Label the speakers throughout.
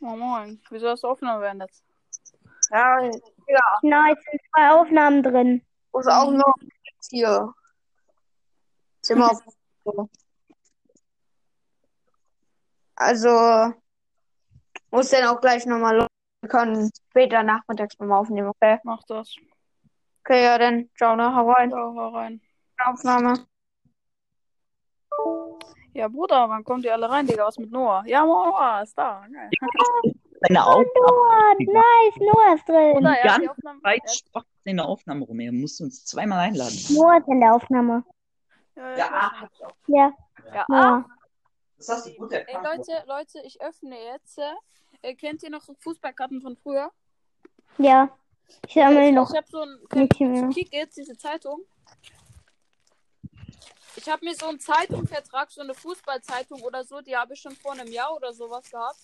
Speaker 1: Oh moin. Wieso hast du Aufnahme beendet?
Speaker 2: Ja, ja.
Speaker 3: Genau, jetzt sind zwei Aufnahmen drin.
Speaker 2: Muss auch noch hier. Ist immer auf. Also, muss dann auch gleich nochmal los. Wir können später nachmittags nochmal aufnehmen, okay?
Speaker 1: Mach das.
Speaker 2: Okay, ja, dann ciao, ne? Hau rein.
Speaker 1: Ja, hau rein.
Speaker 2: Aufnahme.
Speaker 1: Ja, Bruder, wann kommt ihr alle rein, Digga? Was mit Noah? Ja, Noah ist da. Geil.
Speaker 4: Seine Aufnahme.
Speaker 3: Noah, nice, Noah ist drin.
Speaker 1: Bruder, er hat die
Speaker 4: ganz
Speaker 1: Aufnahme.
Speaker 4: Weit stockt seine Aufnahme rum. Er muss uns zweimal einladen.
Speaker 3: Noah ist in der Aufnahme.
Speaker 1: Ja,
Speaker 4: Ja,
Speaker 1: ja,
Speaker 4: ah,
Speaker 3: Ja,
Speaker 1: ja. ja. Ah,
Speaker 3: Noah.
Speaker 4: das hast du gut
Speaker 1: Ey, Leute, Leute, ich öffne jetzt. Äh, kennt ihr noch Fußballkarten von früher?
Speaker 3: Ja. Ich
Speaker 1: ich
Speaker 3: sammle noch
Speaker 1: ich habe so ein
Speaker 3: nicht mehr.
Speaker 1: Kick jetzt diese Zeitung. Ich habe mir so einen Zeitungsvertrag, so eine Fußballzeitung oder so, die habe ich schon vor einem Jahr oder sowas gehabt.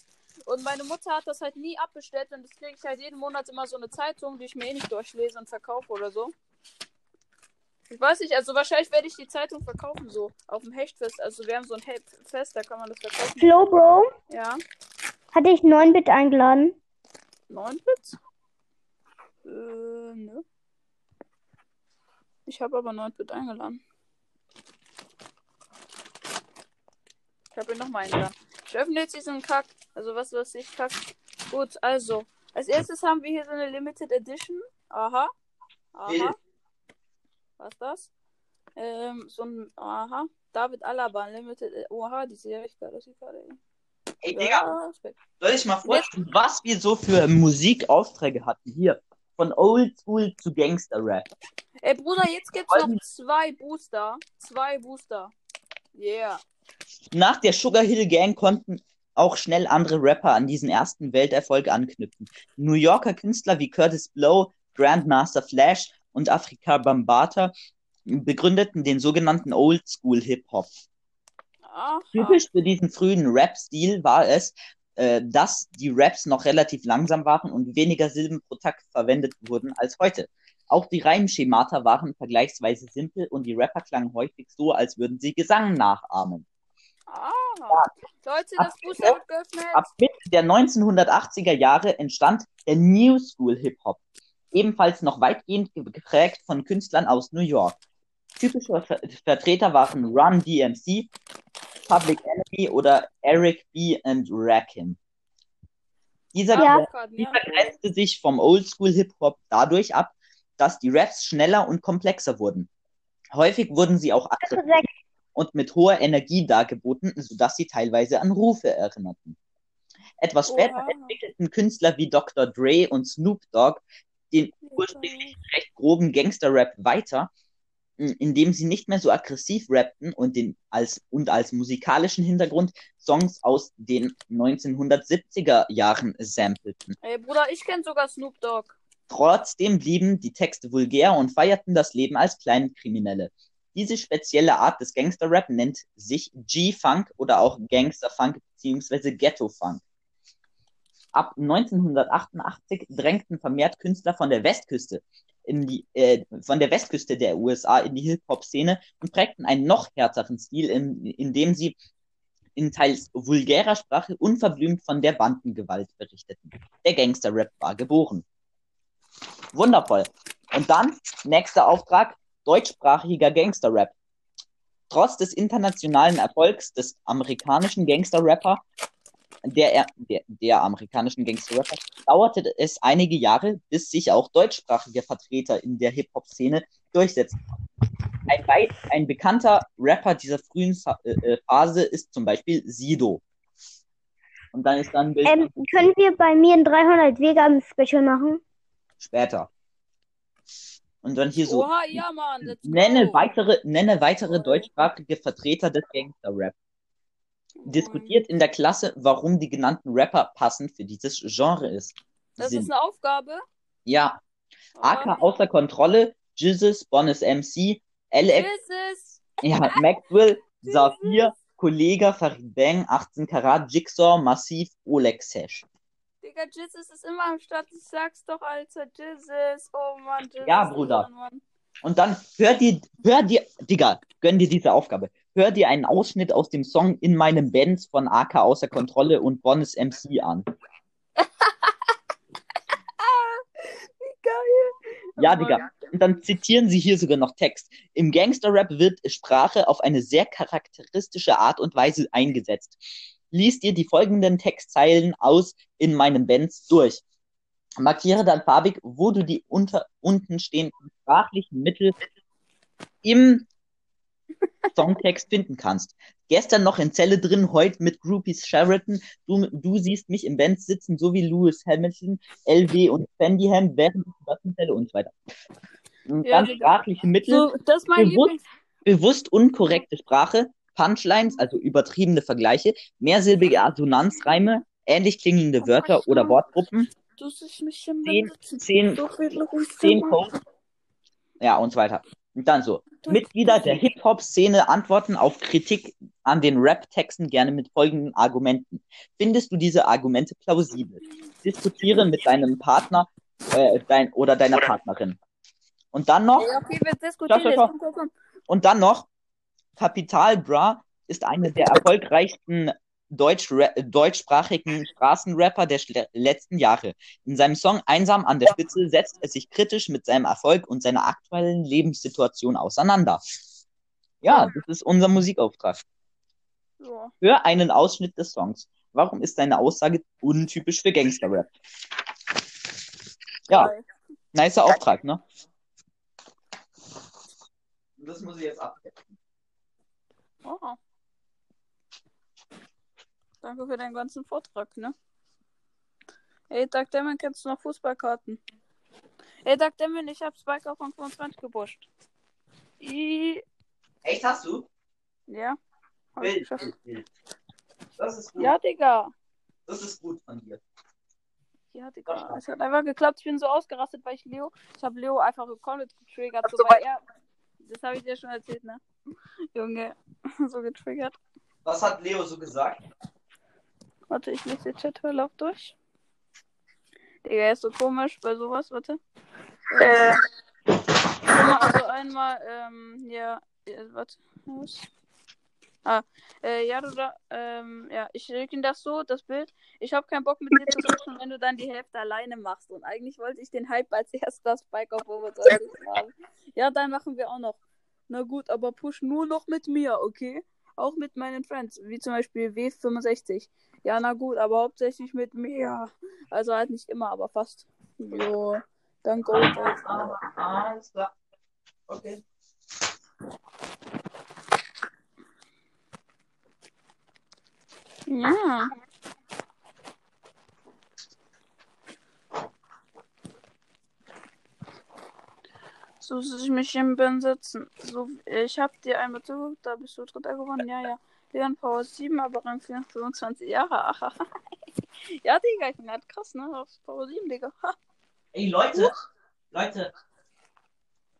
Speaker 1: Und meine Mutter hat das halt nie abbestellt und das kriege ich halt jeden Monat immer so eine Zeitung, die ich mir eh nicht durchlese und verkaufe oder so. Ich weiß nicht, also wahrscheinlich werde ich die Zeitung verkaufen, so auf dem Hechtfest. Also wir haben so ein Hechtfest, da kann man das verkaufen.
Speaker 3: Flo, Bro,
Speaker 1: Ja.
Speaker 3: hatte ich 9-Bit eingeladen.
Speaker 1: 9 Bit? Äh, ne. Ich habe aber 9 Bit eingeladen. Ich habe ihn nochmal eingeladen. Ich öffne jetzt diesen Kack. Also was weiß ich, Kack. Gut, also. Als erstes haben wir hier so eine Limited Edition. Aha. Aha.
Speaker 4: Hey.
Speaker 1: Was ist das? Ähm, so ein. Aha. David Alaba, Limited. Oha, die sehe ich gerade. Das sieht gerade.
Speaker 4: Ey, Digga,
Speaker 1: Ja, Respekt.
Speaker 4: soll ich mal vorstellen, was wir so für Musikaufträge hatten? Hier. Von Oldschool zu Gangster-Rap.
Speaker 1: Ey, Bruder, jetzt gibt's
Speaker 4: Wollen-
Speaker 1: noch zwei Booster. Zwei Booster. Yeah.
Speaker 4: Nach der Sugar Hill Gang konnten auch schnell andere Rapper an diesen ersten Welterfolg anknüpfen. New Yorker Künstler wie Curtis Blow, Grandmaster Flash und Afrika Bambata begründeten den sogenannten Oldschool Hip-Hop.
Speaker 1: Aha.
Speaker 4: Typisch für diesen frühen Rap-Stil war es, äh, dass die Raps noch relativ langsam waren und weniger Silben pro Takt verwendet wurden als heute. Auch die Reimschemata waren vergleichsweise simpel und die Rapper klangen häufig so, als würden sie Gesang nachahmen.
Speaker 1: Aha. Leute, das
Speaker 4: Ab-
Speaker 1: Booster wird geöffnet.
Speaker 4: Ab Mitte der 1980er Jahre entstand der New School Hip Hop, ebenfalls noch weitgehend ge- geprägt von Künstlern aus New York. Typische Ver Vertreter waren Run DMC, Public Enemy oder Eric B. and Rakim. Dieser
Speaker 3: Ja.
Speaker 1: Karten, ja.
Speaker 4: dieser grenzte sich vom Oldschool-Hip-Hop dadurch ab, dass die Raps schneller und komplexer wurden. Häufig wurden sie auch aggressiv
Speaker 3: Korrekt.
Speaker 4: und mit hoher Energie dargeboten, sodass sie teilweise an Rufe erinnerten. Etwas später
Speaker 1: Oha.
Speaker 4: entwickelten Künstler wie Dr. Dre und Snoop Dogg den ursprünglich recht groben Gangster-Rap weiter, m, indem sie nicht mehr so aggressiv rappten und, den, als, und als musikalischen Hintergrund Songs aus den 1970er Jahren sampleten.
Speaker 1: Ey, Bruder, ich kenne sogar Snoop Dogg.
Speaker 4: Trotzdem blieben die Texte vulgär und feierten das Leben als kleine Kriminelle. Diese spezielle Art des Gangster-Rap nennt sich G-Funk oder auch Gangster-Funk bzw. Ghetto-Funk. Ab 1988 drängten vermehrt Künstler von der Westküste in die, äh, von der Westküste der USA in die Hip-Hop-Szene und prägten einen noch härteren Stil, in, indem sie in teils vulgärer Sprache unverblümt von der Bandengewalt berichteten. Der Gangster-Rap war geboren. Wundervoll. Und dann, nächster Auftrag, deutschsprachiger Gangster-Rap. Trotz des internationalen Erfolgs des amerikanischen Gangster-Rapper, der, er- der, der amerikanischen Gangster-Rapper, dauerte es einige Jahre, bis sich auch deutschsprachige Vertreter in der Hip-Hop-Szene durchsetzten. Ein, wei- ein bekannter Rapper dieser frühen Fa äh, äh, Phase ist zum Beispiel Sido. Und dann ist dann ein Bild
Speaker 3: Ähm, können wir bei mir ein 300 Vegan Special machen?
Speaker 4: später. Und dann hier so.
Speaker 1: Oha, ja, Mann. Let's go.
Speaker 4: Nenne weitere, nenne weitere deutschsprachige Vertreter des Gangster-Rap. Diskutiert in der Klasse, warum die genannten Rapper passend für dieses Genre ist.
Speaker 1: Das
Speaker 4: sind.
Speaker 1: ist Oh. eine Aufgabe.
Speaker 4: Ja, AK
Speaker 1: Aber-
Speaker 4: außer Kontrolle, Jesus, Bonus MC, LF,
Speaker 1: Jesus.
Speaker 4: ja, Maxwell, Saphir, Kollega, Farid Bang, 18 Karat, Jigsaw, Massiv, Oleg Sesh.
Speaker 1: Digga, Jesus ist immer am Start. Ich sag's doch, Alter. Jesus. Oh, Mann. Jesus.
Speaker 4: Ja, Bruder.
Speaker 1: Mann, Mann.
Speaker 4: Und dann hör dir, hör dir, Digga, gönn dir diese Aufgabe. Hör dir einen Ausschnitt aus dem Song In meinem Benz von AK außer Kontrolle und Bonus MC an. Ja, Digga. Und dann zitieren sie hier sogar noch Text. Im Gangsterrap wird Sprache auf eine sehr charakteristische Art und Weise eingesetzt. Lies dir die folgenden Textzeilen aus in meinem Benz durch. Markiere dann farbig, wo du die unter unten stehenden sprachlichen Mittel im Songtext finden kannst. Gestern noch in Zelle drin, heute mit Groupies Sheraton. Du, du siehst mich im Benz sitzen, so wie Lewis Hamilton, LW und Sandyham während der Waffenzelle und so weiter. Und
Speaker 1: Ja,
Speaker 4: dann
Speaker 1: Digga.
Speaker 4: sprachliche Mittel,
Speaker 1: So, das ist mein
Speaker 4: bewusst,
Speaker 1: Lieblings.
Speaker 4: bewusst unkorrekte Sprache, Punchlines, also übertriebene Vergleiche, mehrsilbige Assonanzreime, ähnlich klingende Wörter oder Wortgruppen,
Speaker 1: Du siehst mich im
Speaker 4: Zehn-
Speaker 1: Benz sitzen,
Speaker 4: zehn-
Speaker 1: so viel Ruhe
Speaker 4: 10
Speaker 1: machen.
Speaker 4: Codes. Ja, und so weiter. Und dann so. Mitglieder der Hip-Hop-Szene antworten auf Kritik an den Rap-Texten gerne mit folgenden Argumenten. Findest du diese Argumente plausibel? Diskutiere mit deinem Partner äh, dein, oder deiner Partnerin. Und dann noch,
Speaker 1: Ja, okay, wir diskutieren jetzt.
Speaker 4: Stopp, stopp, stopp.
Speaker 1: Komm, komm, komm.
Speaker 4: und dann noch, Kapital Bra ist eine der erfolgreichsten Deutsch deutschsprachigen Straßenrapper der schle- letzten Jahre. In seinem Song Einsam an der Spitze setzt er sich kritisch mit seinem Erfolg und seiner aktuellen Lebenssituation auseinander. Ja, das ist unser Musikauftrag.
Speaker 1: Ja.
Speaker 4: Hör einen Ausschnitt des Songs. Warum ist deine Aussage untypisch für Gangsterrap? Ja,
Speaker 1: Geil.
Speaker 4: nicer Auftrag, ne? Das muss ich jetzt ab.
Speaker 1: Oh. Danke für deinen ganzen Vortrag, ne? Ey, Doug Demon, kennst du noch Fußballkarten? Ey, Doug Demon, ich hab Spike auf von 25 gebuscht. I
Speaker 4: Echt, hast du?
Speaker 1: ja. Hab ich
Speaker 4: Wild,
Speaker 1: geschafft.
Speaker 4: wild, wild. Das ist gut.
Speaker 1: Ja, Digga.
Speaker 4: Das ist gut von dir.
Speaker 1: Ja, Digga. Es hat einfach geklappt. Ich bin so ausgerastet, weil ich Leo. Ich habe Leo einfach komplett getriggert. So, weil er, das habe ich dir schon erzählt, ne? Junge, so getriggert.
Speaker 4: Was hat Leo so gesagt?
Speaker 1: Warte, ich lese den Chat mal laut durch. Digga, er ist so komisch bei sowas, warte. Äh. Also einmal, ähm, ja, äh, warte. Was? Ah, äh, ja, du da, ähm, ja, ich schicke ihm das so, das Bild. Ich habe keinen Bock mit dir zu quatschen, wenn du dann die Hälfte alleine machst. Und eigentlich wollte ich den Hype als erstes das Bike auf 25 machen. Ja, dann machen wir auch noch. Na gut, aber push nur noch mit mir, okay? Auch mit meinen Friends, wie zum Beispiel W65. Ja, na gut, aber hauptsächlich mit mir. Also halt nicht immer, aber fast. Jo, dann go.
Speaker 4: Alles klar. Okay.
Speaker 1: Ja. So soll ich mich im Band setzen. So, ich hab dir einmal zugeguckt, da bist du Dritter geworden. Ja, ja. Leon Power 7, aber Rang 4, 25 Jahre. ja, Digga, ich bin halt krass, ne? Auf Power 7, Digga.
Speaker 4: Ey, Leute. Leute,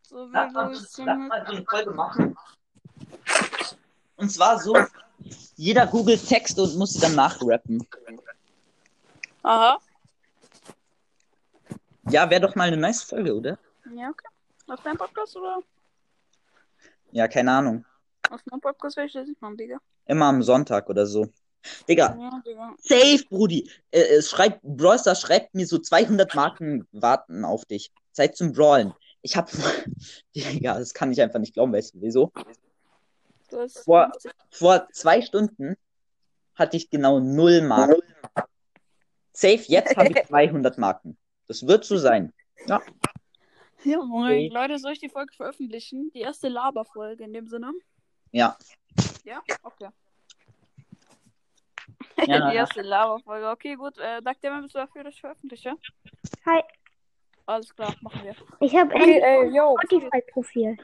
Speaker 1: So wie
Speaker 4: lass mal,
Speaker 1: Louis
Speaker 4: lass
Speaker 1: Hamilton.
Speaker 4: mal so eine Folge machen. Und zwar so. Jeder googelt Texte und muss sie dann nachrappen.
Speaker 1: Aha.
Speaker 4: Ja, wäre doch mal eine nice Folge, oder?
Speaker 1: Ja, okay. Auf deinem Podcast oder?
Speaker 4: Ja, keine Ahnung.
Speaker 1: Auf meinem Podcast werde ich das nicht machen, Digga.
Speaker 4: Immer am Sonntag oder so. Digga,
Speaker 1: Ja, Digga.
Speaker 4: Safe, Brudi. Äh, es schreibt, Brawlster schreibt mir so 200 Marken warten auf dich. Zeit zum Brawlen. Ich hab, Digga, das kann ich einfach nicht glauben, weißt du, wieso?
Speaker 1: Du hast
Speaker 4: Boah. Vor zwei Stunden hatte ich genau null Marken. Safe, jetzt habe ich 200 Marken. Das wird so sein.
Speaker 1: Ja, moin.
Speaker 4: Okay.
Speaker 1: Leute, soll ich die Folge veröffentlichen? Die erste Laberfolge in dem Sinne.
Speaker 4: Ja.
Speaker 1: Ja, okay.
Speaker 4: Ja,
Speaker 1: die erste Laberfolge. Okay, gut. Äh, dank dir, bist du dafür, dass ich veröffentliche?
Speaker 3: Hi.
Speaker 1: Alles klar, machen wir.
Speaker 3: Ich habe
Speaker 1: Okay, äh,
Speaker 3: ein
Speaker 1: ey, yo.
Speaker 3: Spotify-Profil.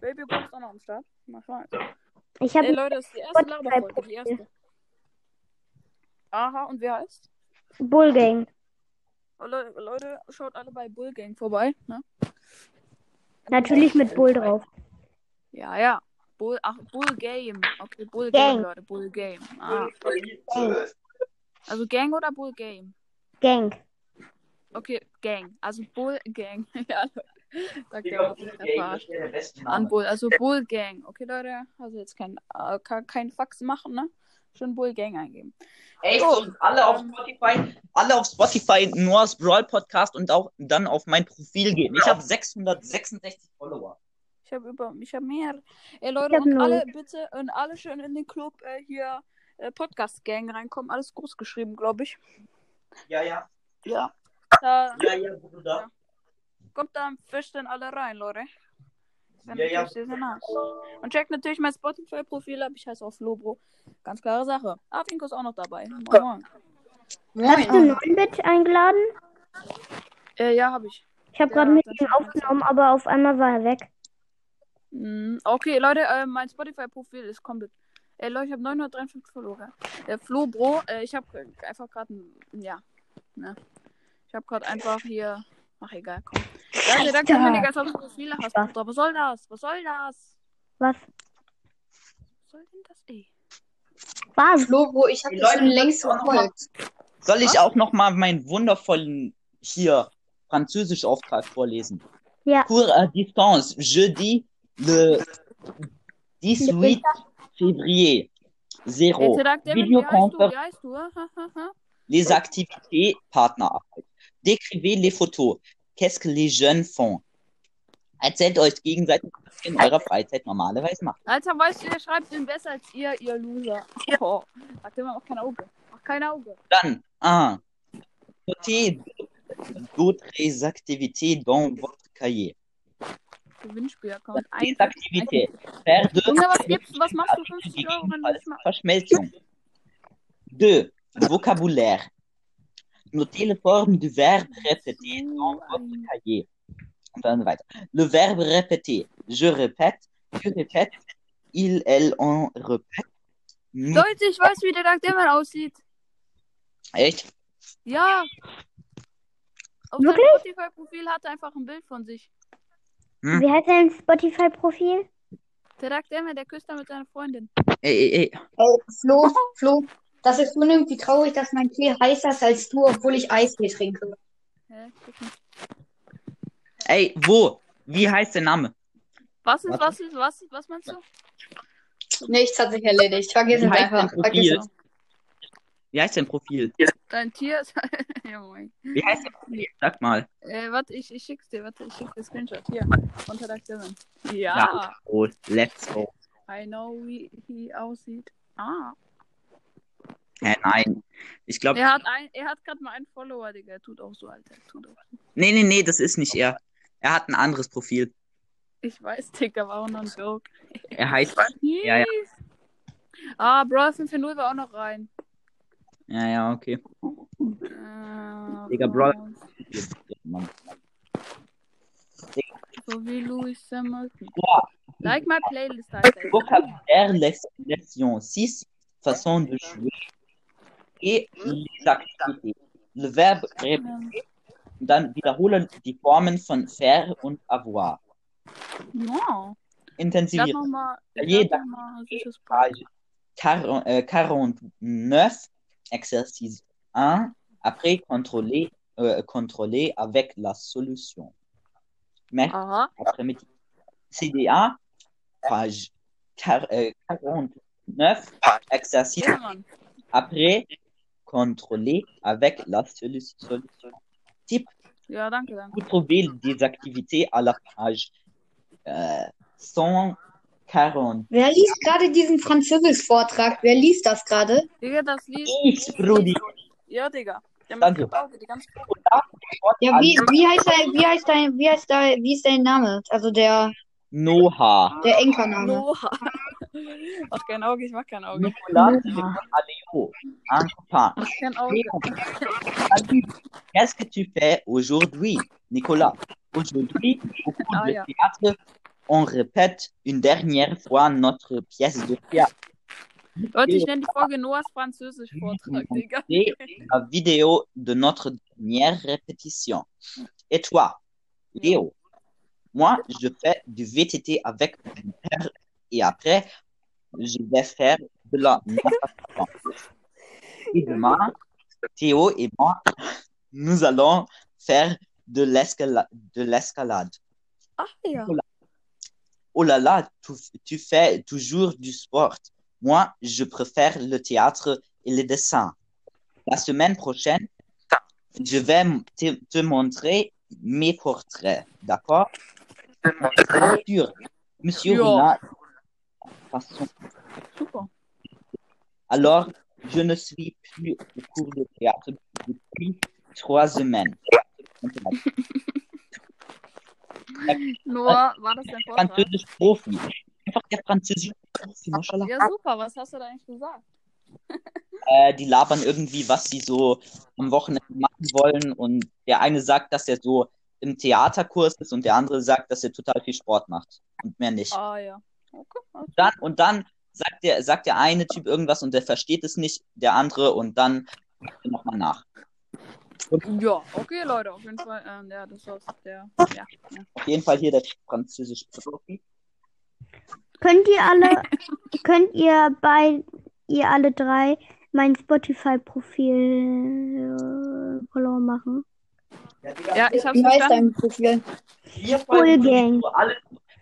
Speaker 1: Baby Boy ist auch noch am Start. Mach mal.
Speaker 3: Ich
Speaker 1: Ey,
Speaker 3: habe
Speaker 1: Leute, das ist die erste
Speaker 3: Spotify-
Speaker 1: Laberfolge. Die erste. Aha, und wer heißt?
Speaker 3: Bullgang.
Speaker 1: Oh, Le Leute, schaut alle bei Bull Gang vorbei. Ne?
Speaker 3: Natürlich mit Bull drauf.
Speaker 1: Ja, ja. Bull, ach, Bull Game. Okay, Bull
Speaker 3: Gang.
Speaker 1: Game, Leute. Bull Game. Ah. Also Gang oder Bull Game?
Speaker 3: Gang.
Speaker 1: Okay, Gang. Also Bull Gang. ja, Leute. Sagt der auch verarscht. An Bull, also Bull Gang. Okay, Leute. Also jetzt kein, äh, kein, kein Fax machen, ne? Schön Bull Gang eingeben.
Speaker 4: Echt?
Speaker 1: Oh.
Speaker 4: Und alle auf Spotify, alle auf Spotify Noahs Brawl Podcast und auch dann auf mein Profil gehen. Ich habe 666 Follower.
Speaker 1: Ich habe über, ich habe mehr. Ey, Leute,
Speaker 3: hab
Speaker 1: und
Speaker 3: null.
Speaker 1: alle bitte und alle schön in den Club äh, hier äh, Podcast Gang reinkommen. Alles groß geschrieben, glaube ich.
Speaker 4: Ja, ja,
Speaker 1: Ja. Da
Speaker 4: ja, ja, Bruder.
Speaker 1: kommt dann fest dann alle rein, Leute. Wenn
Speaker 4: Ja,
Speaker 1: ich
Speaker 4: ja.
Speaker 1: euch diese Nachricht- Und checkt natürlich mein Spotify-Profil ab. Ich heiße auf Lobro. Ganz klare Sache. Ah, Finko ist auch noch dabei. Moin, moin.
Speaker 3: Hast du 9-Bit eingeladen?
Speaker 1: Äh, ja, habe ich.
Speaker 3: Ich habe
Speaker 1: Ja,
Speaker 3: gerade mit
Speaker 1: das
Speaker 3: ihm
Speaker 1: stimmt.
Speaker 3: aufgenommen, aber auf einmal war er weg.
Speaker 1: Mm, Okay, Leute, äh, mein Spotify-Profil ist komplett. Äh, Leute, ich habe 953 Follower. Äh, Flo Bro, äh, ich habe einfach gerade ein. Ja. Ne. Ich habe gerade einfach hier. Ach, egal, komm. Leute, da können wir die ganze Zeit Profile hast.
Speaker 3: Spaß.
Speaker 1: Bruder, Was soll das? Was soll das?
Speaker 3: Was?
Speaker 1: Was soll denn das, ey?
Speaker 3: Was?
Speaker 2: Flo, wo ich hab
Speaker 4: Die
Speaker 2: dich
Speaker 4: Leute
Speaker 2: schon längst
Speaker 4: haben auch noch
Speaker 2: verfolgt.
Speaker 4: Soll ich
Speaker 1: Was?
Speaker 4: auch noch mal meinen wundervollen hier französisch Auftrag vorlesen?
Speaker 3: Ja.
Speaker 4: Cours à distance, jeudi le 18
Speaker 1: Ey,
Speaker 4: février. Zéro.
Speaker 1: Tedak Devil, wie heißt du?
Speaker 4: Videokonferenz.
Speaker 1: Wie heißt du? Ha, ha, ha.
Speaker 4: les activités Partnerarbeit. Décrivez les photos. Qu'est-ce que les jeunes font? Erzählt euch gegenseitig, was ihr in eurer Freizeit normalerweise macht.
Speaker 1: Alter, weißt du, ihr schreibt den besser als ihr, ihr Loser. Oh, sagt immer, mach kein Auge. Mach kein Auge.
Speaker 4: Dann, un, notez d'autres activités dans votre cahier.
Speaker 1: Gewinnspiel-Account.
Speaker 4: Les
Speaker 1: Einfach.
Speaker 4: activités. Faire de
Speaker 1: Junge, was gibt's? Was machst du 50 Euro, wenn du nicht mal.
Speaker 4: Verschmelzung. 2. Vocabulaire. Notez les formes du verbe répéter dans votre cahier. Und dann weiter. Le verbe répéter. Je répète. Tu répètes. Il, elle, on répète. Nous-
Speaker 1: Leute, ich weiß, wie der Dark Demon aussieht.
Speaker 4: Echt?
Speaker 1: Ja. Auf seinem
Speaker 3: Wirklich?
Speaker 1: Spotify-Profil hat er einfach ein Bild von sich.
Speaker 3: Wie heißt dein Spotify-Profil?
Speaker 1: Der Dark Demon, der küsst da mit seiner Freundin.
Speaker 4: Ey, ey,
Speaker 2: Ey,
Speaker 4: ey.
Speaker 2: Flo, Flo, das ist schon irgendwie traurig, dass mein Tee heißer ist als du, obwohl ich Eistee trinke.
Speaker 1: Hä? guck mal.
Speaker 4: Ey, wo? Wie heißt der Name?
Speaker 1: Was ist,
Speaker 4: Warte.
Speaker 1: was ist, was ist, was meinst du?
Speaker 2: Nichts hat sich erledigt. Vergiss
Speaker 4: Wie
Speaker 2: es
Speaker 4: heißt dein
Speaker 2: einfach. Vergiss
Speaker 4: Profil?
Speaker 2: es.
Speaker 4: Wie heißt dein Profil?
Speaker 1: Dein Tier ist. ja, moin.
Speaker 4: Wie heißt dein Profil? Sag mal.
Speaker 1: Äh, warte, ich, ich schick's dir, warte, ich schick's dir Screenshot. Hier. Von der Dark Demon. Ja.
Speaker 4: Ja. Oh, let's go.
Speaker 1: I know, wie he aussieht. Ah.
Speaker 4: Äh, nein. Ich glaube.
Speaker 1: Er hat, ein, er hat gerade mal einen Follower, Digga. Tut auch so, Alter. Tut auch.
Speaker 4: Nee, nee, nee, das ist nicht er. Er hat ein anderes Profil.
Speaker 1: Ich weiß, Digga, war auch noch ein Joke.
Speaker 4: Er heißt.
Speaker 1: Ja,
Speaker 4: Ja, ja.
Speaker 1: Ah, Brawl 540 war auch noch rein.
Speaker 4: Ja, ja, okay.
Speaker 1: Äh,
Speaker 4: Digga, Brawl-
Speaker 1: Brawl.
Speaker 4: Mann.
Speaker 1: So wie Louis Hamilton. Like my playlist, Alter.
Speaker 4: Vocabulaire, l'expression 6, façon de jouer et les activités. Le verbe répéter,
Speaker 1: Ähm,
Speaker 4: dann wiederholen die Formen von faire und avoir.
Speaker 1: No. Ich lad
Speaker 4: Intensivieren.
Speaker 1: nochmal.
Speaker 4: Jeder.
Speaker 1: Ich lad nochmal süßes Brot.
Speaker 4: Page quar- euh, 49, exercice 1, après contrôler, euh, contrôler avec la solution. Mercredi
Speaker 1: Aha.
Speaker 4: après-midi. CDA, page quar- euh, 49, exercice
Speaker 1: Ja, Mann.
Speaker 4: Après, contrôler avec la solution.
Speaker 1: Ja, danke, danke.
Speaker 4: Vous trouvez des activités à la page euh, 140.
Speaker 2: Wer liest gerade diesen Französisch-Vortrag? Wer liest das gerade?
Speaker 1: Digga, das Lied.
Speaker 4: Ich, Brudi.
Speaker 1: Ja, Digga. Der macht
Speaker 4: Danke.
Speaker 1: die Auge, die ganze Zeit.
Speaker 2: Ja, wie, wie heißt dein, wie heißt dein, wie heißt dein, wie ist dein Name? Also der,
Speaker 4: Noha.
Speaker 2: der Enkername.
Speaker 1: Noah. Mach kein Auge, ich mach kein Auge.
Speaker 4: Nicolas, Aléo. Un copain.
Speaker 1: Mach kein Auge.
Speaker 4: Salut. Qu'est-ce que tu fais aujourd'hui, Nicolas? Aujourd'hui, au cours
Speaker 1: Ah,
Speaker 4: de
Speaker 1: yeah.
Speaker 4: théâtre, on répète une dernière fois notre pièce de théâtre.
Speaker 1: Leute, ich nenne die Folge Noahs Französisch-Vortrag, Digga.
Speaker 4: Et la vidéo de notre dernière répétition. Et toi, Léo, moi, je fais du VTT avec mon père et après, je vais faire de la natation. Et demain, Théo et moi, nous allons faire de l'escala- de l'escalade.
Speaker 1: Ah, ja.
Speaker 4: Oh là là, tu, tu fais toujours du sport. Moi, je préfère le théâtre et le dessin. La semaine prochaine, je vais m- te, te montrer mes portraits, d'accord Bien sûr, Monsieur
Speaker 1: Ja.
Speaker 4: Renard. Passons.
Speaker 1: Super.
Speaker 4: Alors, je ne suis plus au cours de théâtre depuis trois semaines.
Speaker 1: Noah, war das dein Vortrag?
Speaker 4: Französisch Profi. Einfach der französische Profi, mashallah.
Speaker 1: Ja, super. Was hast du da eigentlich gesagt?
Speaker 4: Äh, die labern irgendwie, was sie so am Wochenende machen wollen. Und der eine sagt, dass er so im Theaterkurs ist und der andere sagt, dass er total viel Sport macht. Und mehr nicht.
Speaker 1: Ah, ja. Okay.
Speaker 4: Und dann, und dann sagt der, sagt der eine Typ irgendwas und der versteht es nicht, der andere und dann fragt er nochmal nach.
Speaker 1: Ja, okay, Leute. Auf jeden Fall. Ähm, ja, das war's. Der, ja.
Speaker 4: Auf jeden Fall hier der französische Profi.
Speaker 3: Könnt ihr alle, könnt ihr bei, ihr alle drei mein Spotify-Profil äh, Follow machen?
Speaker 1: ja, ich hab's
Speaker 2: Wie heißt
Speaker 1: verstanden.
Speaker 2: dein Profil?
Speaker 4: Mir
Speaker 3: Full
Speaker 4: folgen,
Speaker 3: Gang.
Speaker 4: sowieso alle,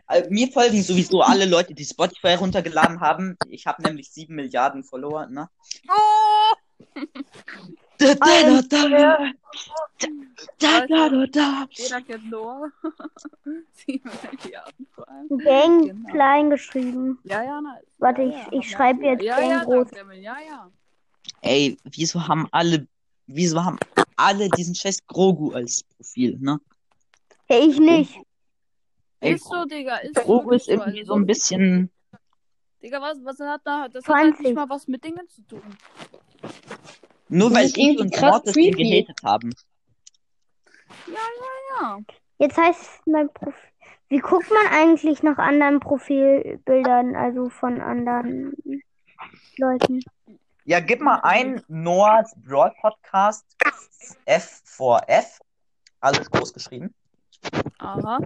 Speaker 4: äh, mir folgen sowieso alle Leute, die Spotify runtergeladen haben. Ich habe nämlich 7 Milliarden Follower. Ne?
Speaker 1: Oh!
Speaker 4: Da, da, da, da, da, da,
Speaker 1: Alter,
Speaker 4: da, da.
Speaker 1: jeder kennt Noah. Sieben Milliarden vor allem.
Speaker 3: Gang
Speaker 1: Genau.
Speaker 3: klein geschrieben.
Speaker 1: Ja, ja, nice.
Speaker 3: Warte,
Speaker 1: ja,
Speaker 3: ich,
Speaker 1: ja, hab
Speaker 3: ich schreibe jetzt
Speaker 1: Ja,
Speaker 3: Gang
Speaker 1: ja,
Speaker 3: groß.
Speaker 1: danke, Emil. ja, ja.
Speaker 4: Ey, wieso haben alle, wieso haben alle diesen scheiß Grogu als Profil, ne?
Speaker 3: Hey, ich nicht.
Speaker 4: Ey,
Speaker 1: Ist so, Digga. Ist
Speaker 4: Grogu
Speaker 1: wirklich
Speaker 4: ist
Speaker 1: so,
Speaker 4: irgendwie
Speaker 1: also
Speaker 4: so ein bisschen.
Speaker 1: Digga, was, was hat da, das hat halt
Speaker 3: 20.
Speaker 1: nicht mal was mit Dingen zu tun.
Speaker 4: Nur
Speaker 2: Die
Speaker 4: weil
Speaker 2: ist
Speaker 4: Lee
Speaker 2: irgendwie
Speaker 4: und
Speaker 2: krass
Speaker 4: Mortis ihn
Speaker 2: creepy.
Speaker 4: gehatet haben.
Speaker 1: Ja.
Speaker 3: Jetzt heißt mein Profil. Wie guckt man eigentlich nach anderen Profilbildern, also von anderen Leuten?
Speaker 4: Ja, gib mal ein Noahs Broad Podcast F4F. Alles groß geschrieben.
Speaker 1: Aha.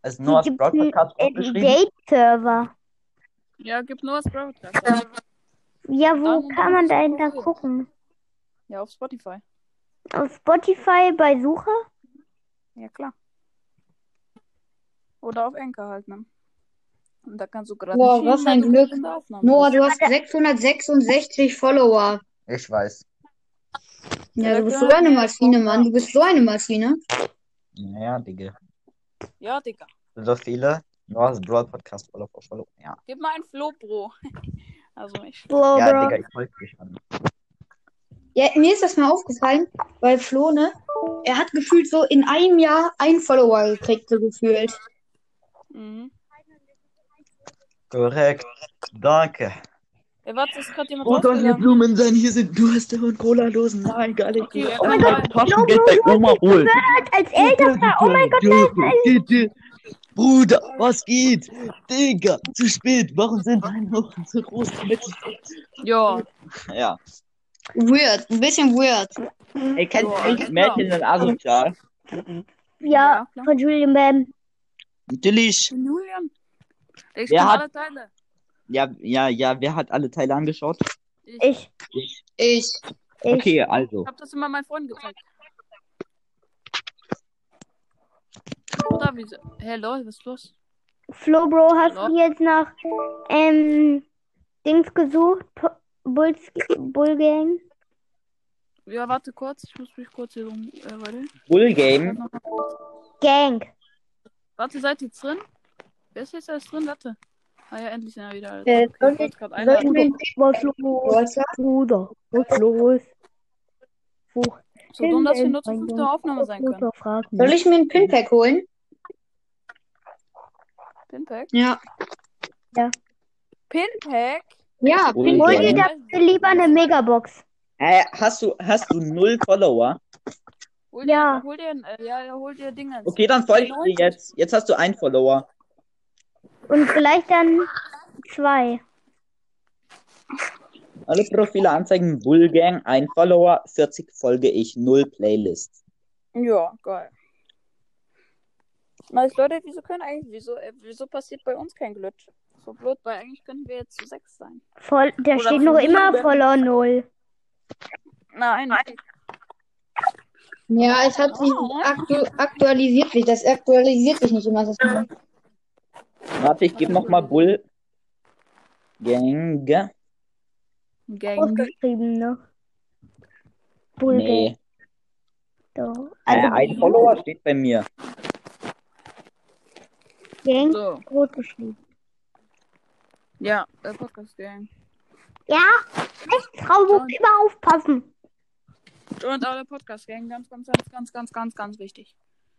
Speaker 4: Also
Speaker 3: Noahs
Speaker 4: Noahs
Speaker 3: Gibt's
Speaker 4: Broad
Speaker 3: Broad einen
Speaker 4: Podcast groß
Speaker 3: Äh,
Speaker 4: geschrieben.
Speaker 3: Date-Server.
Speaker 1: Ja, gibt nur das Broadcast.
Speaker 3: Ja, wo
Speaker 1: Dann
Speaker 3: kann man
Speaker 1: ist
Speaker 3: denn
Speaker 1: es
Speaker 3: da
Speaker 1: Profil.
Speaker 3: gucken?
Speaker 1: Ja, auf Spotify.
Speaker 3: Auf Spotify bei Suche?
Speaker 1: Ja, klar. Oder auf Enker halt, ne? Und da kannst du gerade
Speaker 2: Wow,
Speaker 1: nicht hin,
Speaker 2: was
Speaker 1: weil
Speaker 2: ein
Speaker 1: du
Speaker 2: Glück.
Speaker 1: mitten in der Aufnahme
Speaker 2: Noah,
Speaker 1: bist.
Speaker 2: du hast 666 Follower.
Speaker 4: Ich weiß.
Speaker 2: Ja, du bist so eine Maschine, Mann. Du bist so eine Maschine.
Speaker 4: Naja, Digga.
Speaker 1: Ja, Digga.
Speaker 4: So viele Noahs Broad Podcast Follow for Follow. Ja,
Speaker 1: Gib mal ein Flo-Bro. also mich.
Speaker 3: Bro,
Speaker 4: ja
Speaker 3: Oh, bro.
Speaker 4: Digga, ich folge dich an.
Speaker 2: Ja, mir ist das mal aufgefallen, weil Flo, ne? Er hat gefühlt so in einem Jahr einen Follower gekriegt, so gefühlt.
Speaker 1: Mhm.
Speaker 4: Korrekt. Danke.
Speaker 1: Ey, warte, ist gerade jemand
Speaker 4: Wo sollen die
Speaker 1: rausgegangen?
Speaker 4: Blumen sein? Hier sind Durste und Cola-Dosen. Nein, gar nicht.
Speaker 1: Okay,
Speaker 4: oh mein
Speaker 1: ja.
Speaker 4: Gott, Taschengeld bei Oma holen.
Speaker 3: Als Ältester, oh mein Gott,
Speaker 4: Gott, Bruder, was geht? Digga, zu spät. Warum sind deine Augen so groß?
Speaker 1: Ja.
Speaker 4: Ja.
Speaker 2: Weird, ein bisschen weird.
Speaker 4: Ey, kennst
Speaker 1: Ja, genau.
Speaker 4: du
Speaker 1: klar.
Speaker 4: nicht Mädchen in Asozial?
Speaker 3: ja,
Speaker 1: klar.
Speaker 3: von Julian Bam.
Speaker 4: Natürlich.
Speaker 1: Julian. Ich
Speaker 4: Wer
Speaker 1: kenne
Speaker 4: hat-
Speaker 1: alle Teile.
Speaker 4: Ja, ja, ja, wer hat alle Teile angeschaut?
Speaker 1: Ich,
Speaker 3: Ich,
Speaker 2: Ich.
Speaker 3: ich.
Speaker 4: Okay, also.
Speaker 1: hab das immer meinen Freunden gezeigt. Oder wie so. Hey, lol, was ist los?
Speaker 3: Flo, Bro, hast
Speaker 1: Hallo?
Speaker 3: du jetzt nach ähm, Dings gesucht? P- Bulski, Bullgang?
Speaker 1: Ja, warte kurz. Ich muss mich kurz hier rum. Äh, warte.
Speaker 4: Bull Game.
Speaker 3: Gang.
Speaker 1: Warte, seid ihr jetzt drin? Wer ist jetzt alles drin? Warte. Ah ja, endlich sind wir wieder alle
Speaker 2: Äh,
Speaker 1: drin.
Speaker 2: soll
Speaker 1: ich wollte gerade
Speaker 2: Soll ich
Speaker 1: einladen.
Speaker 2: mir
Speaker 3: Was los, Bruder? Was los? Wo
Speaker 1: So dumm, dass wir nur zur fünften Aufnahme sein können.
Speaker 2: Soll ich mir ein Pinpack holen?
Speaker 1: Pinpack?
Speaker 2: Ja.
Speaker 1: Pinpack?
Speaker 2: Ja,
Speaker 4: Hol
Speaker 2: Pinpack.
Speaker 3: Hol
Speaker 4: Ja.
Speaker 3: dir dafür lieber eine Megabox.
Speaker 4: Äh, hast du, hast du null Follower?
Speaker 1: Hol dir,
Speaker 3: Ja.
Speaker 1: hol dir, ein- äh, ja, ja, hol dir Dingens.
Speaker 4: Okay, dann folge ich dir jetzt. Jetzt hast du einen Follower.
Speaker 3: Und vielleicht dann zwei.
Speaker 4: Alle Profile anzeigen, Bull Gang, ein Follower, 40 folge ich, null Playlist.
Speaker 1: Ja, geil. Nice, Leute, wieso können eigentlich, wieso, äh, wieso passiert bei uns kein Glitch? So blöd, weil eigentlich könnten wir jetzt zu sechs sein.
Speaker 3: Voll, da
Speaker 1: Oder
Speaker 3: steht noch
Speaker 1: von
Speaker 3: immer
Speaker 1: Julian Bam.
Speaker 3: voller Null.
Speaker 1: Nein,
Speaker 2: Ja, es hat sich
Speaker 1: Oh.
Speaker 2: aktu aktualisiert sich. Das aktualisiert sich nicht immer. Das
Speaker 4: Warte, ich gebe nochmal Bull. Gang.
Speaker 1: Gang.
Speaker 3: Großgeschrieben, ne? Bulge.
Speaker 4: Nee.
Speaker 3: Doch. Also
Speaker 4: Äh,
Speaker 1: Also
Speaker 4: ein Follower steht bei mir.
Speaker 3: Gang
Speaker 1: So.
Speaker 3: großgeschrieben.
Speaker 1: Ja, äh, Podcast Gang.
Speaker 3: Ja, echt Traumhof,
Speaker 1: Und-
Speaker 3: immer aufpassen.
Speaker 1: Und alle Podcast Gang, ganz, ganz, ganz, ganz, ganz, ganz, ganz wichtig.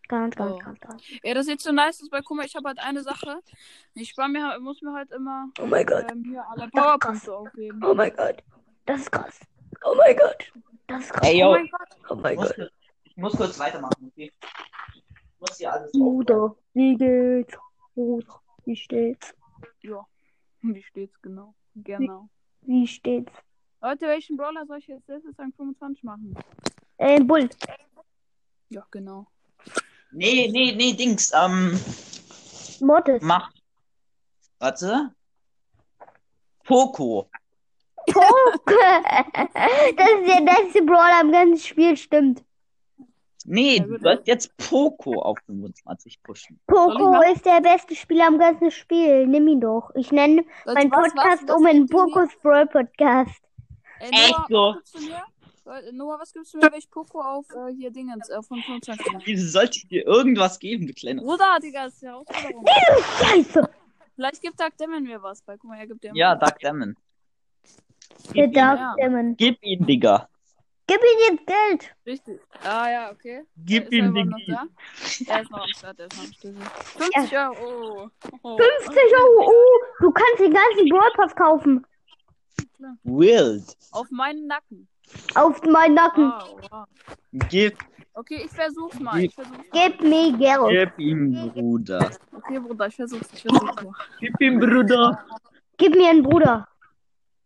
Speaker 3: Ganz, ganz,
Speaker 1: Oh.
Speaker 3: ganz, ganz.
Speaker 1: Ja, das ist jetzt so nice, ist, weil guck mal, ich habe halt eine Sache. Ich spar mir, muss mir halt immer
Speaker 3: Oh mein
Speaker 1: ähm, hier alle Powerpunkte aufheben.
Speaker 3: Oh mein Gott. Das ist krass. Oh mein Gott. Das ist krass.
Speaker 4: Ey,
Speaker 1: Oh
Speaker 4: yo,
Speaker 1: mein Gott.
Speaker 3: Oh mein
Speaker 4: ich muss, kurz- ich muss kurz weitermachen, okay? Ich muss hier alles
Speaker 1: Hm.
Speaker 4: aufräumen.
Speaker 3: Bruder, wie geht's? Bruder, wie steht's?
Speaker 1: Ja. Wie steht's genau? Genau.
Speaker 3: Wie steht's?
Speaker 1: Leute, welchen Brawler soll ich jetzt letztes Rang 25 machen?
Speaker 3: Äh, Bull.
Speaker 1: Ja, genau.
Speaker 4: Nee, nee, nee, Dings. Ähm,
Speaker 3: Mortis.
Speaker 4: mach. Warte. Poco.
Speaker 3: das ist der nächste Brawler im ganzen Spiel, stimmt.
Speaker 4: Nee,
Speaker 1: Ja,
Speaker 4: du
Speaker 1: gut.
Speaker 4: sollst jetzt Poco auf 25 pushen.
Speaker 3: Poco
Speaker 1: machen?
Speaker 3: ist der beste Spieler im ganzen Spiel. Nimm ihn doch. Ich nenne
Speaker 1: Leute,
Speaker 3: meinen
Speaker 1: was- was-
Speaker 3: Podcast
Speaker 1: was
Speaker 3: um in
Speaker 1: gibst du mir?
Speaker 3: Pocos Brawl Podcast.
Speaker 1: Ey,
Speaker 4: Echt
Speaker 1: Äh, Noah,
Speaker 4: so?
Speaker 1: was gibst du mir? Leute, Noah, was gibst du mir, wenn ich Poco auf äh, hier Dingens, äh, von 25 mache?
Speaker 4: Wieso sollte ich dir irgendwas geben, du kleine.
Speaker 1: Bruder, Digga, ist ja Herausforderung.
Speaker 3: Scheiße.
Speaker 1: Vielleicht gibt Doug Demon mir was, weil guck mal, er gibt dir immer
Speaker 4: Ja,
Speaker 1: was.
Speaker 4: Dark Lemon.
Speaker 3: Der
Speaker 4: Gib ihn,
Speaker 1: ja.
Speaker 3: Dark Demon.
Speaker 4: gib ihn, Digga.
Speaker 3: Gib ihm jetzt Geld.
Speaker 1: Richtig. Ah, ja, okay.
Speaker 4: Gib
Speaker 1: ist er
Speaker 4: ihm
Speaker 1: überhaupt
Speaker 4: den
Speaker 1: noch
Speaker 4: Geld.
Speaker 1: da? Er ist noch am Start, er ist noch am Start. 50 Euro. Oh.
Speaker 3: 50 Euro. Oh, du kannst den ganzen Brawl Pass kaufen.
Speaker 4: Wild.
Speaker 1: Auf meinen Nacken.
Speaker 3: Auf meinen Nacken.
Speaker 1: Wow, wow.
Speaker 4: Gib,
Speaker 1: Okay, ich versuch's mal. Ich versuch's mal.
Speaker 3: Gib mir Geld.
Speaker 4: gib ihm, Bruder.
Speaker 1: Okay, Bruder, ich versuch's. Ich versuch's mal.
Speaker 4: Gib ihm, Bruder.
Speaker 3: Gib mir einen Bruder.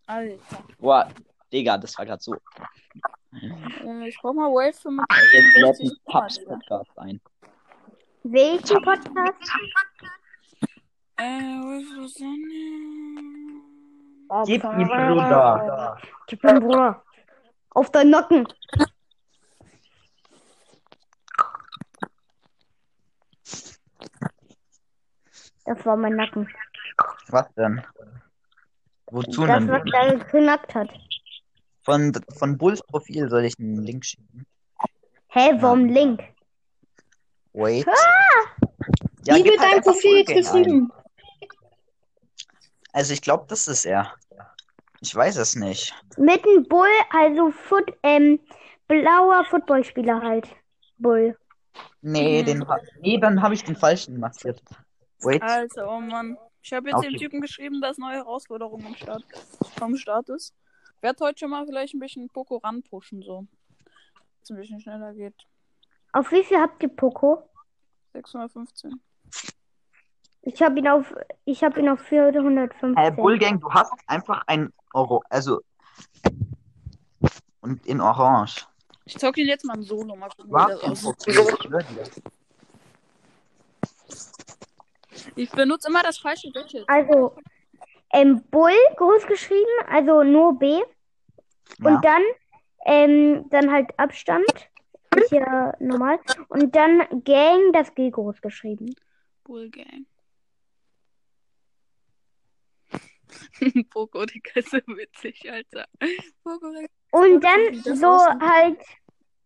Speaker 1: Alter.
Speaker 4: Boah, Digga, das war gerade so.
Speaker 1: Äh, ich brauch mal Wave für mit
Speaker 4: Jetzt lädt
Speaker 1: 65
Speaker 4: ein Pubs Podcast ein.
Speaker 3: Welchen Podcast?
Speaker 1: Äh, Wave für Sonne.
Speaker 4: Gib ihm, Bruder.
Speaker 3: Gib mir einen Bruder. Auf deinen Nacken. Das war mein Nacken.
Speaker 4: Was denn? Wozu
Speaker 3: Das,
Speaker 4: denn?
Speaker 3: was da geknackt hat.
Speaker 4: Von, von Bulls Profil soll ich einen Link schicken.
Speaker 3: Hä, warum Link?
Speaker 4: Wait.
Speaker 2: Wie
Speaker 4: gib
Speaker 2: wird
Speaker 4: halt
Speaker 2: dein
Speaker 4: einfach
Speaker 2: Profil jetzt
Speaker 4: Bullgang ein.
Speaker 2: geschrieben?
Speaker 4: Also ich glaube, das ist er. Ich weiß es nicht.
Speaker 3: Mit einem Bull, also Foot, ähm, blauer Footballspieler halt. Bull.
Speaker 4: Nee,
Speaker 1: Mhm.
Speaker 4: den ha nee, dann habe ich den falschen markiert. Wait.
Speaker 1: Alter, oh Mann. Ich habe jetzt dem
Speaker 4: Okay.
Speaker 1: Typen geschrieben, dass neue Herausforderungen am Start, am Start ist. Ich werde heute schon mal vielleicht ein bisschen Poco ranpushen, so. Dass es ein bisschen schneller geht.
Speaker 3: Auf wie viel habt ihr Poco?
Speaker 1: 615.
Speaker 3: Ich hab ihn auf, ich hab ihn auf 415.
Speaker 4: Hey, Bullgang, du hast einfach ein Euro, also und in Orange.
Speaker 1: Ich zocke ihn jetzt mal im Solo. Mal gucken,
Speaker 4: Du
Speaker 1: wie
Speaker 4: hast
Speaker 1: das
Speaker 4: ein
Speaker 1: aussieht.
Speaker 4: Profil, ich schwör dir.
Speaker 1: Ich benutze immer das falsche Gadget.
Speaker 3: Also, ähm, Bull groß geschrieben, also nur B.
Speaker 4: Ja.
Speaker 3: Und dann, ähm, dann halt Abstand. Ist ja normal. Und dann Gang, das G groß geschrieben.
Speaker 1: Bullgang. Poco, Digga, ist so witzig, Alter. Poco,
Speaker 3: Und dann
Speaker 1: Das
Speaker 3: so
Speaker 1: außen.
Speaker 3: halt,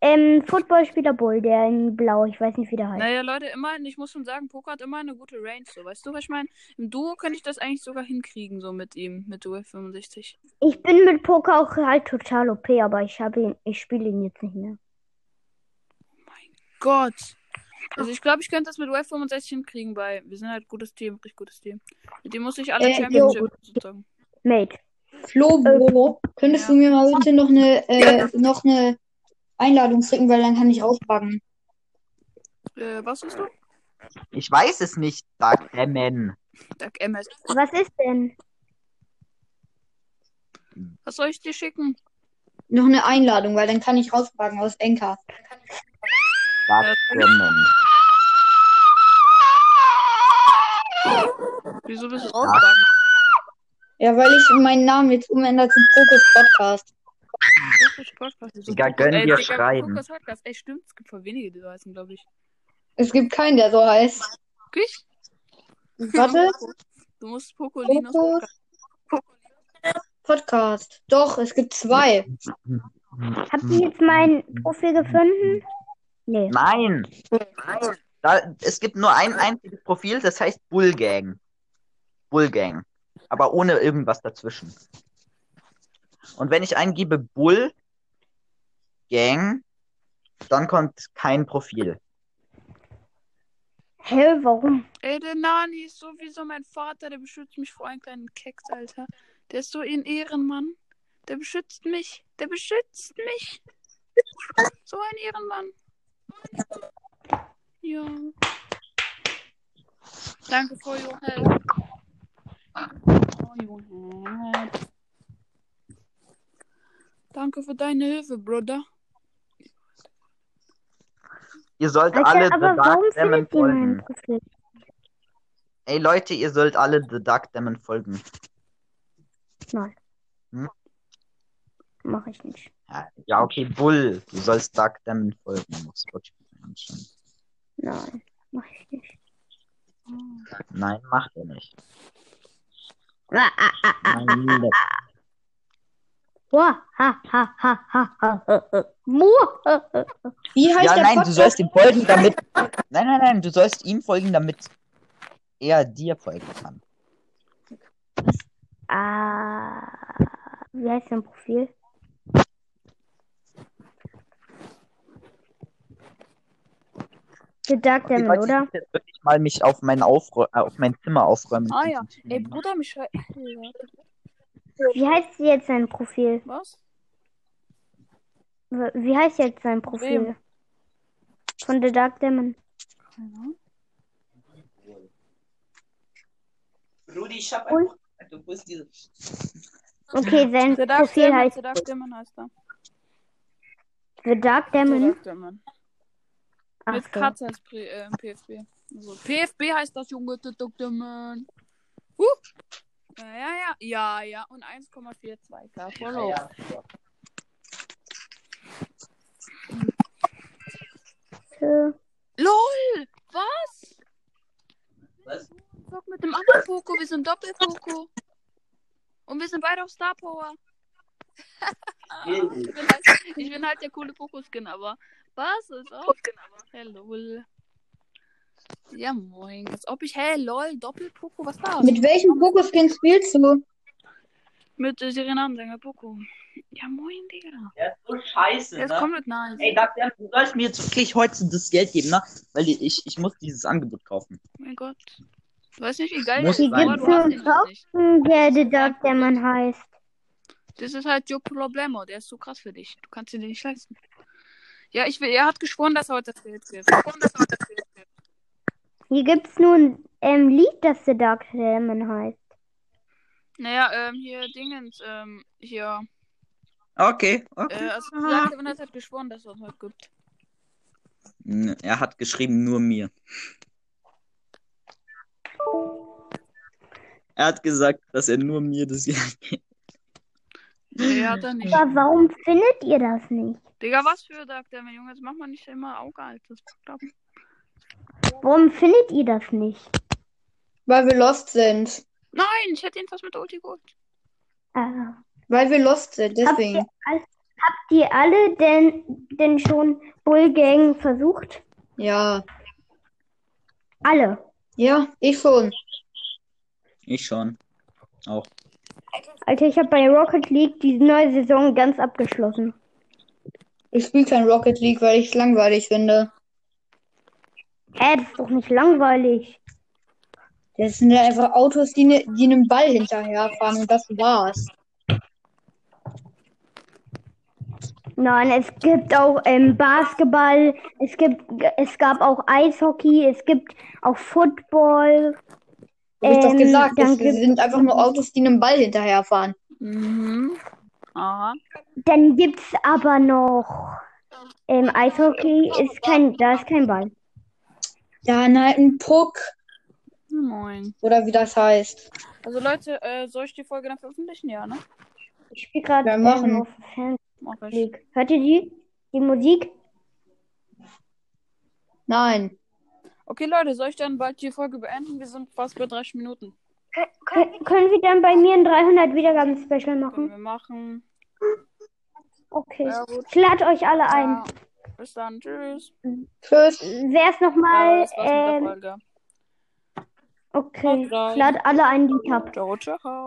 Speaker 3: ähm, Footballspieler Bull, der in Blau, ich weiß nicht, wie der heißt.
Speaker 1: Naja, Leute, immerhin, ich muss schon sagen, Poker hat immer eine gute Range, so. Weißt du, was ich meine? Im Duo könnte ich das eigentlich sogar hinkriegen, so mit ihm, mit Duo 65.
Speaker 3: Ich bin mit Poker auch halt total OP, aber ich habe ihn, ich spiele ihn jetzt nicht mehr.
Speaker 1: Gott! Also ich glaube, ich könnte das mit Wave 65 hinkriegen bei. Wir sind halt gutes Team, richtig gutes Team. Mit dem muss ich alle
Speaker 2: Äh,
Speaker 1: Championship sozusagen.
Speaker 3: Mate.
Speaker 2: Flo, Bro, könntest
Speaker 1: ja.
Speaker 2: du mir mal bitte noch eine, äh, noch eine Einladung schicken, weil dann kann ich rausbacken.
Speaker 1: Äh, was ist du?
Speaker 4: Ich weiß es nicht, sagt der Mann.
Speaker 1: Sag MS.
Speaker 3: Was ist denn?
Speaker 1: Was soll ich dir schicken?
Speaker 2: Noch eine Einladung, weil dann kann ich rausbacken aus Enka.
Speaker 4: Sagt der Mann.
Speaker 1: Wieso bist du rausgegangen?
Speaker 2: Ja, weil ich meinen Namen jetzt umändere zu Fokus Podcast.
Speaker 1: Fokus Podcast. Wieso
Speaker 4: Digga,
Speaker 1: Fokus-
Speaker 4: gönn
Speaker 1: Ey,
Speaker 4: dir
Speaker 1: Digga,
Speaker 4: schreiben.
Speaker 1: Fokus Podcast. Ey, stimmt, es gibt voll wenige, die so heißen, glaube ich.
Speaker 2: Es gibt keinen, der so heißt.
Speaker 1: Wirklich?
Speaker 4: Mhm.
Speaker 2: Warte,
Speaker 1: Du musst Pokolinos
Speaker 2: Fokus Podcast. Doch, es gibt zwei.
Speaker 3: Habt ihr jetzt
Speaker 4: Hm,
Speaker 3: mein Profil gefunden? Nee.
Speaker 4: Nein! Nein. Da, es gibt nur ein einziges Profil, das heißt Bullgang. Bullgang. Aber ohne irgendwas dazwischen. Und wenn ich eingebe Bullgang, dann kommt kein Profil.
Speaker 3: Hä, warum?
Speaker 1: Ey, der Nani ist sowieso mein Vater, der beschützt mich vor einem kleinen Keks, Alter. Der ist so ein Ehrenmann. Der beschützt mich. Der beschützt mich. So ein Ehrenmann. Ja. Danke for your help. For your help. Danke für deine Hilfe, Bruder.
Speaker 4: Ihr sollt
Speaker 3: Alter,
Speaker 4: alle
Speaker 3: aber warum
Speaker 4: The Dark Demon
Speaker 3: findet ihr mein
Speaker 4: folgen.
Speaker 3: Profil?
Speaker 4: Ey Leute, ihr sollt alle The Dark Demon folgen.
Speaker 3: Mach ich nicht.
Speaker 4: Ja, ja, okay, Bull. Du sollst Dark Demon folgen. Auf Spotify anschauen.
Speaker 3: Nein, mach ich nicht.
Speaker 4: Nein, macht er nicht.
Speaker 3: Ah, ah, ah, ah, ah.
Speaker 4: Nein,
Speaker 3: Boah, ha, ha, ha, ha, ha, ha, ha. Muah, ha, ha.
Speaker 2: Wie heißt
Speaker 4: ja,
Speaker 2: der
Speaker 4: nein, du
Speaker 2: Podcast?
Speaker 4: sollst ihm folgen, damit. Nein, nein, nein, du sollst ihm folgen, damit er dir folgen kann.
Speaker 3: Ah, wie heißt dein Profil? The Dark
Speaker 4: Okay,
Speaker 3: Demon,
Speaker 4: Leute,
Speaker 3: oder?
Speaker 4: Ich muss jetzt wirklich mal mich auf mein, Aufrä äh, auf mein Zimmer aufräumen.
Speaker 1: Ah ja. Ey,
Speaker 4: konzentrieren.
Speaker 1: Bruder, mich schrei-
Speaker 3: Wie heißt jetzt sein Profil?
Speaker 1: Was?
Speaker 3: W- Wie heißt jetzt sein Profil? Von The Dark Demon.
Speaker 4: Rudi, ich hab
Speaker 3: ein-
Speaker 4: Du bist diese.
Speaker 3: Okay, sein
Speaker 1: Der Dark
Speaker 3: Profil
Speaker 1: Demon,
Speaker 3: heißt
Speaker 1: der Dark Demon heißt er.
Speaker 3: The Dark
Speaker 1: Der
Speaker 3: Demon.
Speaker 1: Dark Demon.
Speaker 3: Ach
Speaker 1: Mit
Speaker 3: so.
Speaker 1: Katze als Pri- äh, PFB. Also, PFB heißt das junge The Dark Demon. Huh. Ja, ja, ja. Ja, ja. Und 1,42k. Follow.
Speaker 3: Äh,
Speaker 1: LOL! Was?
Speaker 4: Was?
Speaker 1: Fuck mit dem anderen Poco, wir sind Doppelpoco. Und wir sind beide auf Star Power. Ich bin halt, ich bin halt der coole Poco-Skin, aber was ist auch? Hello. Ja, moin. Als ob ich, hey, lol, Doppelpoco, was da?
Speaker 2: Mit welchem Pokoskin spielst du?
Speaker 1: Mit äh, Serenansänger Poco. Ja, moin, Digga.
Speaker 4: Der ist so scheiße, ne?
Speaker 1: Der ist komplett nice.
Speaker 4: Ey, Dark Demon, du sollst mir jetzt wirklich heute das Geld geben, ne? Weil ich, ich muss dieses Angebot kaufen.
Speaker 1: mein Gott. Du weißt nicht, wie geil
Speaker 4: Muss
Speaker 1: das ist,
Speaker 4: sein.
Speaker 1: aber du hast den
Speaker 3: Gibt's
Speaker 1: nicht.
Speaker 3: der Hm, The Dark Demon heißt.
Speaker 1: Das ist halt Joe Problemo, der ist so krass für dich. Du kannst dir den nicht leisten. Ja, ich will, er hat geschworen, dass er heute das Geld gibt.
Speaker 3: Hier gibt's nur ein ähm, Lied, das The Dark Demon heißt.
Speaker 1: Naja, ähm, hier Dingens, ähm, hier.
Speaker 4: Okay, okay.
Speaker 1: Äh, also, Black Devin hat geschworen, dass er es heute gibt.
Speaker 4: N- Er hat geschrieben, nur mir. Er hat gesagt, dass er nur mir das Geld gibt.
Speaker 1: Nee, hat er nicht.
Speaker 3: Aber warum findet ihr das nicht?
Speaker 1: Digga, was für Dark Devin, Junge, jetzt mach mal nicht immer Auge, Alter. Das packt ab.
Speaker 3: Warum findet ihr das nicht?
Speaker 2: Weil wir lost sind.
Speaker 1: Nein, ich hätte ihn fast mit der Ulti geholt.
Speaker 3: Ah.
Speaker 2: Weil wir lost sind, deswegen.
Speaker 3: Habt ihr alle denn, denn schon Bullgang versucht?
Speaker 2: Ja.
Speaker 3: Alle.
Speaker 2: Ja, ich schon.
Speaker 4: Ich schon. Auch.
Speaker 3: Alter, Also ich habe bei Rocket League die neue Saison ganz abgeschlossen.
Speaker 2: Ich spiele kein Rocket League, weil ich es langweilig finde.
Speaker 3: Äh, das ist doch nicht langweilig.
Speaker 2: Das sind ja einfach Autos, die, ne, die einem Ball hinterherfahren und das war's.
Speaker 3: Nein, es gibt auch ähm, Basketball, es gibt, es gab auch Eishockey, es gibt auch Football.
Speaker 2: Hab ich doch
Speaker 3: Ähm,
Speaker 2: gesagt, das
Speaker 3: dann gibt-
Speaker 2: sind einfach nur Autos, die einem Ball hinterherfahren.
Speaker 1: Mhm. Aha.
Speaker 3: Dann gibt's aber noch ähm, Eishockey
Speaker 1: genau,
Speaker 3: ist kein, da ist kein Ball.
Speaker 2: Dann halt ein Puck
Speaker 1: Moin.
Speaker 2: oder wie das heißt.
Speaker 1: Also, Leute, äh, soll ich die Folge dann veröffentlichen? Ja, ne?
Speaker 3: Ich spiele gerade
Speaker 2: Ja, machen.
Speaker 3: ähm, auf Fan
Speaker 1: Mach ich.
Speaker 3: League. Hört ihr die? Die Musik?
Speaker 2: Nein.
Speaker 1: Okay, Leute, soll ich dann bald die Folge beenden? Wir sind fast bei 30 Minuten.
Speaker 5: Kön können
Speaker 3: Kö- Können wir dann bei mir ein 300 Wiedergaben-Special
Speaker 1: Können
Speaker 3: machen?
Speaker 1: wir machen.
Speaker 3: Okay.
Speaker 1: Ja, gut.
Speaker 3: Ich lade euch alle ein.
Speaker 1: Ja. Bis dann. Tschüss.
Speaker 2: Tschüss.
Speaker 3: Wer ist
Speaker 1: Ja,
Speaker 3: nochmal?
Speaker 1: das war's mit der
Speaker 3: Ähm,
Speaker 1: Folge.
Speaker 3: okay.
Speaker 1: Haut rein.
Speaker 3: Ich lade alle ein, die ich hab.
Speaker 1: Ciao, ciao.